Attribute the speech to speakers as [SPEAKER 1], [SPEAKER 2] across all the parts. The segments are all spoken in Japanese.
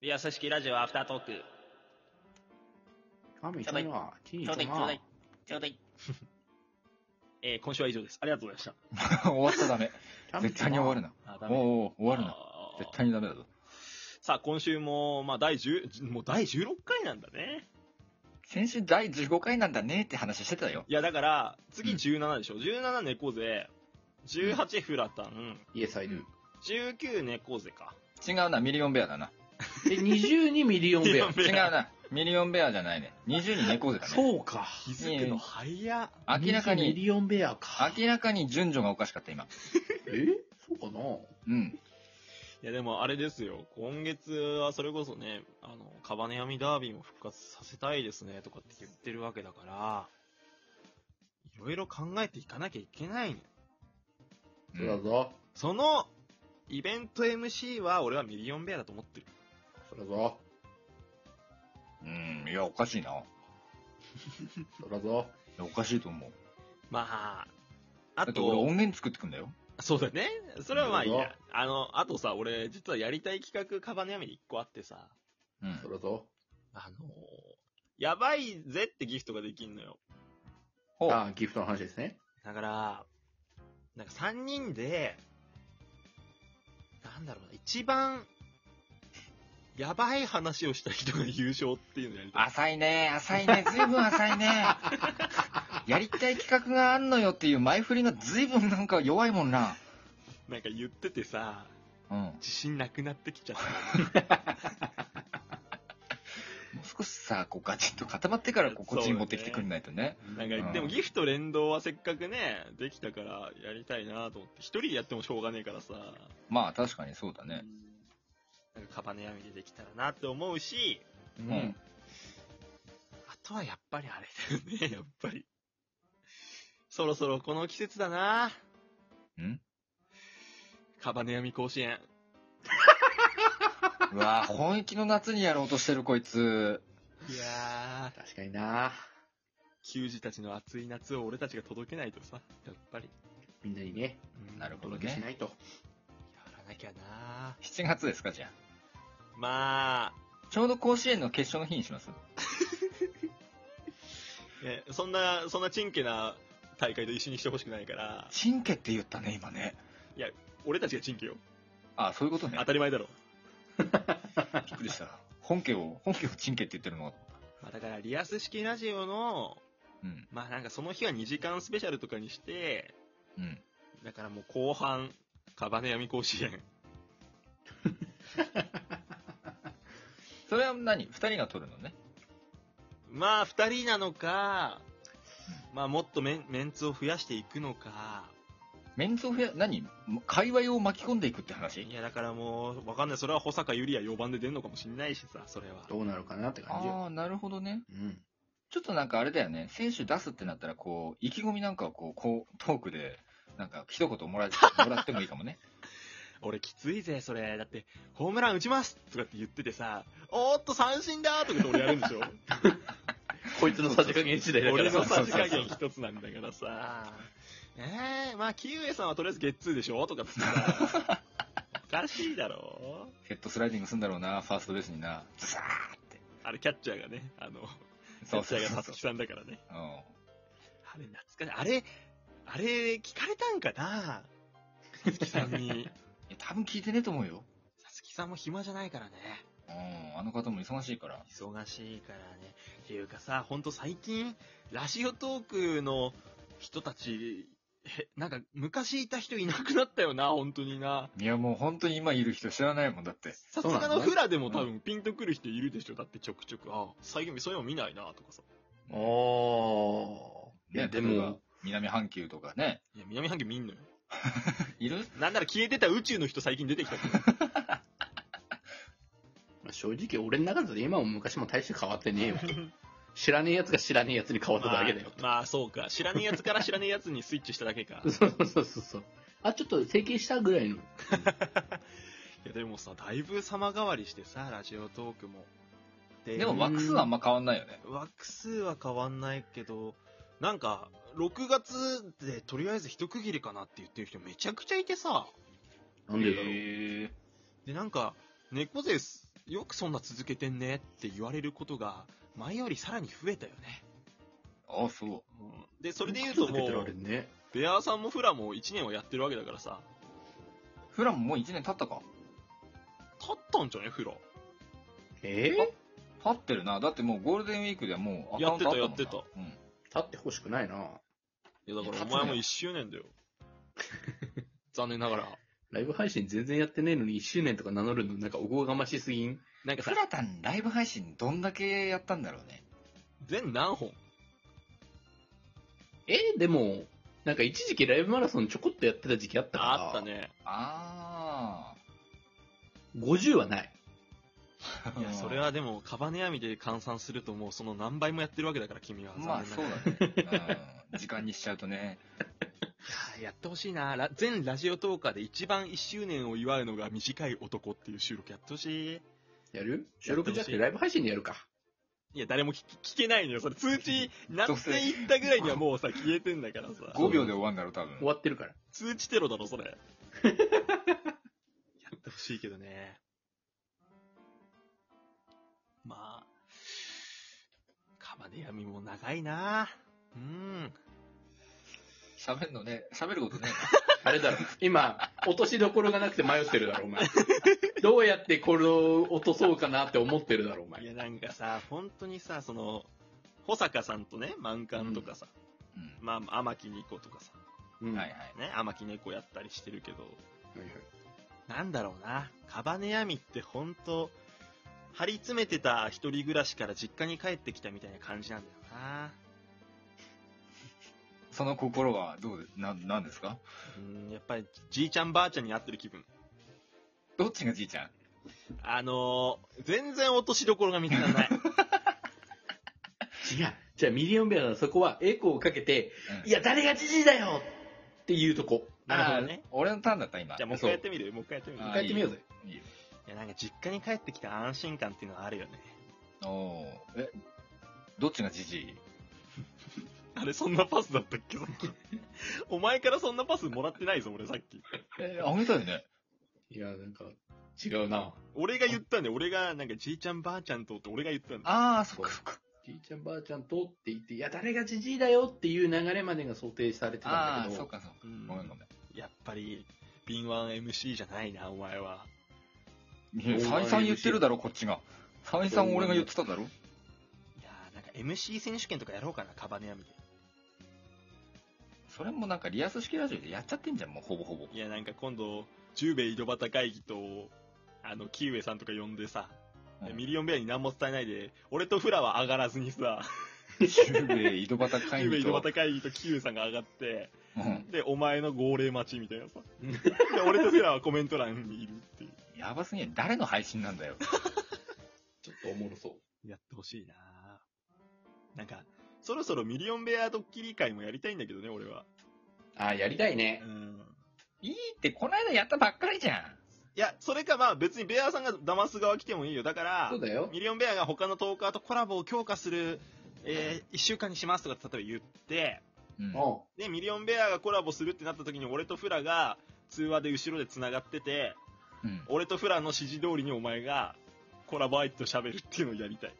[SPEAKER 1] リア組織ラジオアフタートーク。
[SPEAKER 2] カメちゃんは、チー
[SPEAKER 1] ちょうだい、
[SPEAKER 2] ズ
[SPEAKER 1] ちょうだ、
[SPEAKER 2] はい
[SPEAKER 1] ちょうだい。えー、今週は以上です。ありがとうございました。
[SPEAKER 3] 終わっちゃダメ。絶対に終わるな。
[SPEAKER 1] あ、
[SPEAKER 3] お
[SPEAKER 1] ダ
[SPEAKER 3] う
[SPEAKER 1] メ。
[SPEAKER 3] おう終わるな。
[SPEAKER 1] あー
[SPEAKER 3] 絶対にダメだぞ。
[SPEAKER 1] さあ、今週も、まあ、第10、もう第16回なんだね。
[SPEAKER 3] 先週第15回なんだねって話してたよ。
[SPEAKER 1] いや、だから、次
[SPEAKER 3] うん
[SPEAKER 1] 17でしょ。17猫背、18フラタン、
[SPEAKER 2] イエスアイドゥ。
[SPEAKER 1] 19猫背か。
[SPEAKER 3] 違うな、ミリオンベアだな。
[SPEAKER 2] え、22ミリオン ベア。
[SPEAKER 3] 違うな、ミリオンベアじゃないね。20に猫背だね。
[SPEAKER 2] そうか。
[SPEAKER 1] 気づくの早っ。
[SPEAKER 3] 明らか
[SPEAKER 2] 20ミ
[SPEAKER 3] に、
[SPEAKER 2] リオンベアか。
[SPEAKER 3] 明らかに順序がおかしかった、今。
[SPEAKER 2] えそうかな
[SPEAKER 3] うん。
[SPEAKER 1] いや、でもあれですよ。今月はそれこそね、あの、カバネヤミダービーも復活させたいですね、とかって言ってるわけだから、いろいろ考えていかなきゃいけないね。
[SPEAKER 2] そうだぞ。
[SPEAKER 1] その、イベント MC は俺はミリオンベアだと思ってる。
[SPEAKER 2] そだぞ。
[SPEAKER 3] うん、いや、おかしいな。
[SPEAKER 2] そだぞ。
[SPEAKER 3] おかしいと思う。
[SPEAKER 1] まあ、あ
[SPEAKER 3] だって俺
[SPEAKER 1] と、
[SPEAKER 3] 音源作ってくんだよ。
[SPEAKER 1] そうだね。それはまあいい
[SPEAKER 2] なる
[SPEAKER 1] や。あの、あとさ、俺、実はやりたい企画、カバネヤミで一個あってさ、
[SPEAKER 3] うん。
[SPEAKER 2] そだぞ。
[SPEAKER 1] あのーやばいぜってギフトができんのよ。
[SPEAKER 3] ほう。
[SPEAKER 2] ああ、ギフトの話ですね。
[SPEAKER 1] だから、なんか3人で、なんだろうな、一番、やばい話をした人が優勝っていうのやりたい。
[SPEAKER 3] 浅いね、浅いね、ずいぶん浅いね。やりたい企画があんのよっていう前振りがずいぶんなんか弱いもんな。
[SPEAKER 1] なんか言っててさ、
[SPEAKER 3] うん。も
[SPEAKER 1] 自信なくなってきちゃった。
[SPEAKER 3] う少しさ、こうガチッと固まってからこうこっちに持ってきてくんないとね。
[SPEAKER 1] なん
[SPEAKER 3] う
[SPEAKER 1] か、
[SPEAKER 3] ん
[SPEAKER 1] でもギフト連動はせっかくね、できたからやりたいなと思って、一人でやってもしょうがねえからさ、
[SPEAKER 3] まあ確かにそうだ
[SPEAKER 1] う
[SPEAKER 3] ね。
[SPEAKER 1] んなんかカバネやみでできたらなって思うし、
[SPEAKER 2] う
[SPEAKER 3] うんん。
[SPEAKER 1] あとはやっぱりあれだよね、やっぱり。そろそろこの季節だな
[SPEAKER 3] うん
[SPEAKER 1] カバネヤミ甲子園。
[SPEAKER 3] うわぁ、本気の夏にやろうとしてるこいつ。
[SPEAKER 1] いや
[SPEAKER 2] 確かにな
[SPEAKER 1] ー、球児たちの熱い夏を俺たちが届けないとさ、やっぱり。
[SPEAKER 2] みんなにね、
[SPEAKER 1] うん
[SPEAKER 3] なる
[SPEAKER 2] お
[SPEAKER 3] ほど
[SPEAKER 2] 届けし
[SPEAKER 3] ね。
[SPEAKER 2] ないと。
[SPEAKER 1] やらなきゃな
[SPEAKER 3] 7月ですか、じゃあ。
[SPEAKER 1] まあ、
[SPEAKER 3] ちょうど甲子園の決勝の日にします
[SPEAKER 1] ねそんな、そんなチンケな大会と一緒にしてほしくないから、
[SPEAKER 3] チンケって言ったね、今ね。
[SPEAKER 1] 俺たちがチンケよ。
[SPEAKER 3] あ、そういうことね
[SPEAKER 1] 当。たり前だろ。
[SPEAKER 3] びっくりした。本家を、本家をチンケって言ってるのが。
[SPEAKER 1] まあだから、リアス式ラジオの、
[SPEAKER 3] うん。
[SPEAKER 1] まあなんかその日は2時間スペシャルとかにして、
[SPEAKER 3] うん。
[SPEAKER 1] だからもう後半、カバネヤミ甲子園。
[SPEAKER 3] それは何二人が撮るのね。
[SPEAKER 1] まあ、二人なのか、まあ、もっとメンメンツを増やしていくのか、
[SPEAKER 3] メンズを増や、何界隈を巻き込んでいくって話
[SPEAKER 1] いや、だからもう、わかんない。それは保坂ゆりや4番で出んのかもしんないしさ、それは。
[SPEAKER 2] どうなるかなって感じよ。
[SPEAKER 3] ああ、なるほどね。
[SPEAKER 2] うん。
[SPEAKER 3] ちょっとなんかあれだよね。選手出すってなったら、こう、意気込みなんかをこう、こう、トークで、なんか一言もらえもらってもいいかもね。
[SPEAKER 1] 俺きついぜ、それ。だって、ホームラン打ちますとかって言っててさ、おーっと三振だとかって俺やるんでしょ
[SPEAKER 2] こいつのさじ加減次第だか
[SPEAKER 1] 俺
[SPEAKER 2] ら。
[SPEAKER 1] の
[SPEAKER 3] さ
[SPEAKER 1] さ
[SPEAKER 3] じ
[SPEAKER 1] じ
[SPEAKER 3] 加
[SPEAKER 1] 加
[SPEAKER 3] 減
[SPEAKER 1] 減一つなんだからさ。えー、まあ、キウエさんはとりあえずゲッツーでしょとかってさ、おかしいだろ
[SPEAKER 3] ヘッドスライディングするんだろうな、ファーストベースにな。ズサーって。
[SPEAKER 1] あれ、キャッチャーがね、あの、キ
[SPEAKER 3] そ
[SPEAKER 1] ャッ
[SPEAKER 3] う
[SPEAKER 1] チ
[SPEAKER 3] そ
[SPEAKER 1] ャー
[SPEAKER 3] う
[SPEAKER 1] が
[SPEAKER 3] そう
[SPEAKER 1] た
[SPEAKER 3] そ
[SPEAKER 1] つ
[SPEAKER 3] う
[SPEAKER 1] き。さんだからね。
[SPEAKER 3] うん
[SPEAKER 1] あれ、懐かしい。あれ、あれ、聞かれたんかなさつきさんに。
[SPEAKER 3] いや、多分聞いてねえと思うよ。
[SPEAKER 1] さつきさんも暇じゃないからね。
[SPEAKER 3] うん、あの方も忙しいから。
[SPEAKER 1] 忙しいからね。っていうかさ、ほんと最近、ラジオトークの人たち、へなんか、昔いた人いなくなったよな、本当にな。
[SPEAKER 3] いや、もう本当に今いる人知らないもんだって。
[SPEAKER 1] さす
[SPEAKER 2] そうな
[SPEAKER 1] が
[SPEAKER 2] んだ
[SPEAKER 1] のフラでも多分ピンとくる人いるでしょ。だってちょくちょく、あ、最近そういうの見ないな、とかさ。
[SPEAKER 2] おー。いや、
[SPEAKER 3] ね、
[SPEAKER 2] で
[SPEAKER 3] 例えば
[SPEAKER 2] も、
[SPEAKER 3] 南半球とかね。
[SPEAKER 1] いや、南半球見んのよ。
[SPEAKER 3] いる
[SPEAKER 1] なんなら消えてた宇宙の人最近出てきたけど。
[SPEAKER 2] まあ正直俺の中で今も昔も大して変わっ てねえよ。知らねえやつが知らねえやつに変わっただけだよ。
[SPEAKER 1] まあ、まあそうか。知らねえやつから知らねえやつにスイッチしただけ か。
[SPEAKER 2] そうそうそうそう。あ、ちょっと整形したぐらいの。
[SPEAKER 1] いやでもさ、だいぶ様変わりしてさ、ラジオトークも。で
[SPEAKER 3] でも
[SPEAKER 2] ま
[SPEAKER 3] 枠数はあんま変わんないよね。
[SPEAKER 1] 枠数は変わんないけど、なんか、6月でとりあえず一区切りかなって言ってる人めちゃくちゃいてさ、
[SPEAKER 2] なんでだろう。
[SPEAKER 3] へー
[SPEAKER 1] でなんか、猫背よくそんな続けてんねって言われることが、前よりさらに増えたよね。
[SPEAKER 3] あ、そう。
[SPEAKER 1] で、それで言うと
[SPEAKER 2] 続け
[SPEAKER 1] も
[SPEAKER 2] てられ
[SPEAKER 1] う、
[SPEAKER 2] んね。
[SPEAKER 1] ベアーさんもフラも1年はやってるわけだからさ、
[SPEAKER 3] フラももう1年経ったか
[SPEAKER 1] 経ったんじゃね、フラ。
[SPEAKER 2] え
[SPEAKER 3] 経ってるな。だってもうゴールデンウィークでもうアカウントあったもんな
[SPEAKER 1] やってたやっ
[SPEAKER 3] うん。
[SPEAKER 2] 立ってほしくないな。
[SPEAKER 1] いや、だか
[SPEAKER 3] いや経
[SPEAKER 1] ら
[SPEAKER 3] つ
[SPEAKER 1] お
[SPEAKER 3] ね
[SPEAKER 1] 前も1周年だ よ。残念ながら。
[SPEAKER 2] ライブ配信全然やってねえのに1周年とか名乗るのなんかおこがましすぎん。
[SPEAKER 1] なんかさ
[SPEAKER 3] フ、ラタンライブ配信どんだけやったんだろうね。
[SPEAKER 1] 全何本
[SPEAKER 2] えでも、なんか一時期ライブマラソンちょこっとやってた時期あったから。
[SPEAKER 1] あった。ね。
[SPEAKER 3] あ
[SPEAKER 2] 50はない。
[SPEAKER 3] あ。
[SPEAKER 1] いや、それ。はでも、カバネアミで換算するともうその何倍もやってるわけだから、君は。
[SPEAKER 3] まあ
[SPEAKER 1] 残
[SPEAKER 3] そう
[SPEAKER 1] 念ながら
[SPEAKER 3] だね。うん。時間にしちゃうとね。
[SPEAKER 1] いややってほしいな。ラ全ラジオトーカーで一番1周年を祝うのが短い男っていう収録やってほしい。
[SPEAKER 2] やる収録じゃなくてライブ配信でやるか。
[SPEAKER 1] いや、誰も聞聞けないのよ。それ通 知、なっていったぐらいにはもうさ、消えてんだから さ。
[SPEAKER 3] 5秒で終わんだろ、多
[SPEAKER 2] 終
[SPEAKER 3] 分。
[SPEAKER 2] わってるから。
[SPEAKER 1] 通知テロだろ、そ れ。やってほしいけどね。まあ、カバネ闇も長いなうん。
[SPEAKER 3] 喋るのね。喋るこ とね。
[SPEAKER 2] あれだろ。今、落としどころがなくて迷ってるだろ、お前。どうやってこれを落とそうかなって思ってるだろ、お
[SPEAKER 1] い
[SPEAKER 2] 前。
[SPEAKER 1] や、なんかさ、本当にさ、その、保坂さんとね、満館とかさ、
[SPEAKER 3] う
[SPEAKER 1] まあ、天木猫とかさ、
[SPEAKER 2] うん
[SPEAKER 3] ん。
[SPEAKER 2] は
[SPEAKER 3] はい
[SPEAKER 2] い
[SPEAKER 3] はい。
[SPEAKER 1] ね、天木猫やったりしてるけど、
[SPEAKER 2] はい。
[SPEAKER 1] なんだろうな、カバネヤミって本当張り詰めてた一人暮らしから実家に帰ってきたみたいな感じなんだよな。
[SPEAKER 3] その心はどうで、な、なんですか
[SPEAKER 1] うん、やっぱりじいちゃんばあちゃんになってる気分。
[SPEAKER 3] どっちがじいちゃん
[SPEAKER 1] あのー、全然落としどころが見つから ない。
[SPEAKER 2] 違う。じゃあミリオンベアのそこはエコーをかけて、
[SPEAKER 3] うん
[SPEAKER 2] いや、誰がじじいだよっていうとこ。
[SPEAKER 1] なるほどね
[SPEAKER 3] あー俺のターンだった、今。
[SPEAKER 1] じゃあもう一回やってみるもう一回やってみる
[SPEAKER 3] あ
[SPEAKER 2] 一
[SPEAKER 3] ー
[SPEAKER 2] 回やってみようぜ。
[SPEAKER 3] いいよ
[SPEAKER 1] いや、なんか実家に帰ってきた安心感っていうのはあるよね。
[SPEAKER 3] おーえ、どっちがじじい
[SPEAKER 1] あれ、そんなパスだったっけさっき。お前からそんなパスもらってないぞ、俺さっき。
[SPEAKER 3] え、あげたよね。
[SPEAKER 2] いや、なんか、違うな。
[SPEAKER 1] 俺が言ったんだよ。俺が、なんかじいちゃんばあちゃんとって俺が言ったんだよ。
[SPEAKER 3] ああ、そっかそっか。
[SPEAKER 2] じいちゃんばあちゃんとって言って、いや、誰がじじいだよっていう流れまでが想定されてたん
[SPEAKER 3] あ
[SPEAKER 2] だ
[SPEAKER 3] あ、
[SPEAKER 2] け
[SPEAKER 3] そ
[SPEAKER 2] ど
[SPEAKER 3] っ、かそっか。
[SPEAKER 1] う
[SPEAKER 3] ごめんごめん。
[SPEAKER 1] やっぱり、敏腕 MC じゃないな、お前は。
[SPEAKER 3] いや再三言ってるだろ、こっちが。再三俺が言ってただろ。
[SPEAKER 1] いやーなんか MC 選手権とかやろうかな、カバネアミで。
[SPEAKER 3] それもなんかリアス式ラジオでやっちゃってんじゃん、もうほ ぼほぼ。
[SPEAKER 1] いや、なんか今度、十兵衛井戸端会議と、あの、キウエさんとか呼んでさ、
[SPEAKER 3] うん
[SPEAKER 1] ミリオンベアに何も伝えないで、俺とフラは上がらずにさ、
[SPEAKER 3] キューベ井戸端
[SPEAKER 1] キ
[SPEAKER 3] 会
[SPEAKER 1] ウエ
[SPEAKER 3] 議
[SPEAKER 1] 井戸
[SPEAKER 3] と。
[SPEAKER 1] 端会議とキウエさんが上がって、
[SPEAKER 3] うん。
[SPEAKER 1] で、お前の号令待ちみたいな さ。で、俺とフラはコメント欄にいるっていう。
[SPEAKER 3] やばすぎる。誰の配信なんだよ。
[SPEAKER 2] ちょっとおもろそう。
[SPEAKER 1] やってほしいななんか、そろそろミリオンベアドッキリ会もやりたいんだけどね、俺は。
[SPEAKER 2] ああ、やりたいうね。
[SPEAKER 1] ん。
[SPEAKER 3] いいって、この間やったばっかりじゃん。
[SPEAKER 1] いや、それかまあ別にベアさんが騙す側来てもいいよ。だから
[SPEAKER 2] そう、だよ。
[SPEAKER 1] ミリオンベアが他のトーカーとコラボを強化する、えー、1週間にしますとか例えば言って、
[SPEAKER 3] うん。
[SPEAKER 2] お
[SPEAKER 1] で、ミリオンベアがコラボするってなった時に俺とフラが通話で後ろで繋がってて、
[SPEAKER 3] うん。
[SPEAKER 1] 俺とフラの指示通りにお前がコラボ相手と喋るっていうのをやりたい。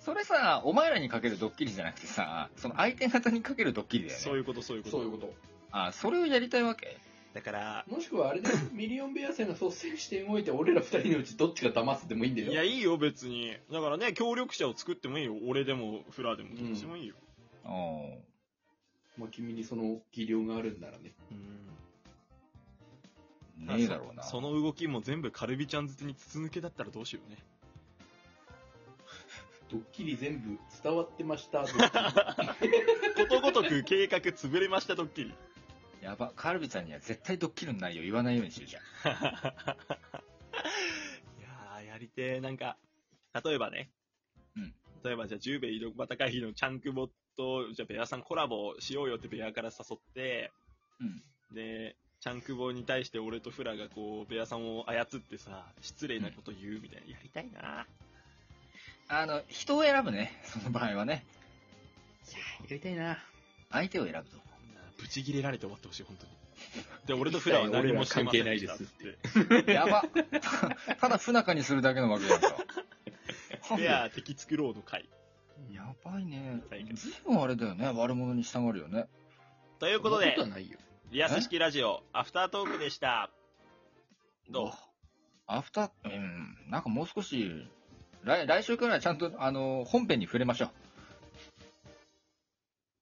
[SPEAKER 3] それさ、お前らにかけるドッキリじゃなくてさ、その相手方にかけるドッキリだよ
[SPEAKER 1] そう
[SPEAKER 3] ね。
[SPEAKER 1] いうこと、そういうこと。
[SPEAKER 2] そういうこと。
[SPEAKER 3] あ、それをやりたいわけ
[SPEAKER 1] だから、
[SPEAKER 2] もしくはあれだよ、 ミリオンベア戦が率先して動いて、俺ら二人のうちどっちが騙すでもいいんだよ。
[SPEAKER 1] いや、いいよ、別に。だからね、協力者を作ってもいいよ。俺でも、フラでも、
[SPEAKER 2] うん
[SPEAKER 1] どっちでもいいよ。
[SPEAKER 3] おお
[SPEAKER 2] まあ、君にその技量があるんならね。
[SPEAKER 3] ー。ねえだろうな。
[SPEAKER 1] その動きも全部カルビちゃんづてに筒抜けだったらどうしようね。
[SPEAKER 2] ドッキリ全部伝わってま した。ドッキリ
[SPEAKER 1] ことごとく計画潰れました、ドッキリ。
[SPEAKER 3] やば、カルビちゃんには絶対ドッキリの内容言わないようにしてるじゃん。
[SPEAKER 1] いやー、やりてー。なんか、例えばね。
[SPEAKER 3] うん
[SPEAKER 1] 例えば、じゃあ、十兵衛井戸端会議のチャンクボと、じゃあ、ベアさんコラボしようよってベアから誘って、
[SPEAKER 3] うん
[SPEAKER 1] で、チャンクボに対して俺とフラがこう、ベアさんを操ってさ、失礼なこと言うみたいな、やりたいな
[SPEAKER 3] あの、人を選ぶね。その場合はね。
[SPEAKER 2] やりたいな。
[SPEAKER 3] 相手を選ぶと。
[SPEAKER 1] ブチ切れられて終わってほしい、本当に。で、俺と普段は何もしてませんでした っつって。
[SPEAKER 3] やば。たただ不仲にするだけのわけだから。
[SPEAKER 1] フェア敵作ろうの会。
[SPEAKER 3] やばいね
[SPEAKER 1] はい。
[SPEAKER 3] ずいぶんあれだよね。悪者に従るよね。
[SPEAKER 1] という
[SPEAKER 2] と
[SPEAKER 1] ことで
[SPEAKER 2] こと、はないよ。
[SPEAKER 1] リアス式ラジオ、アフタートークでした。どう
[SPEAKER 3] アフター、うん、なんかもう少し、来来週くらいちゃんと、あの、本編に触れましょう。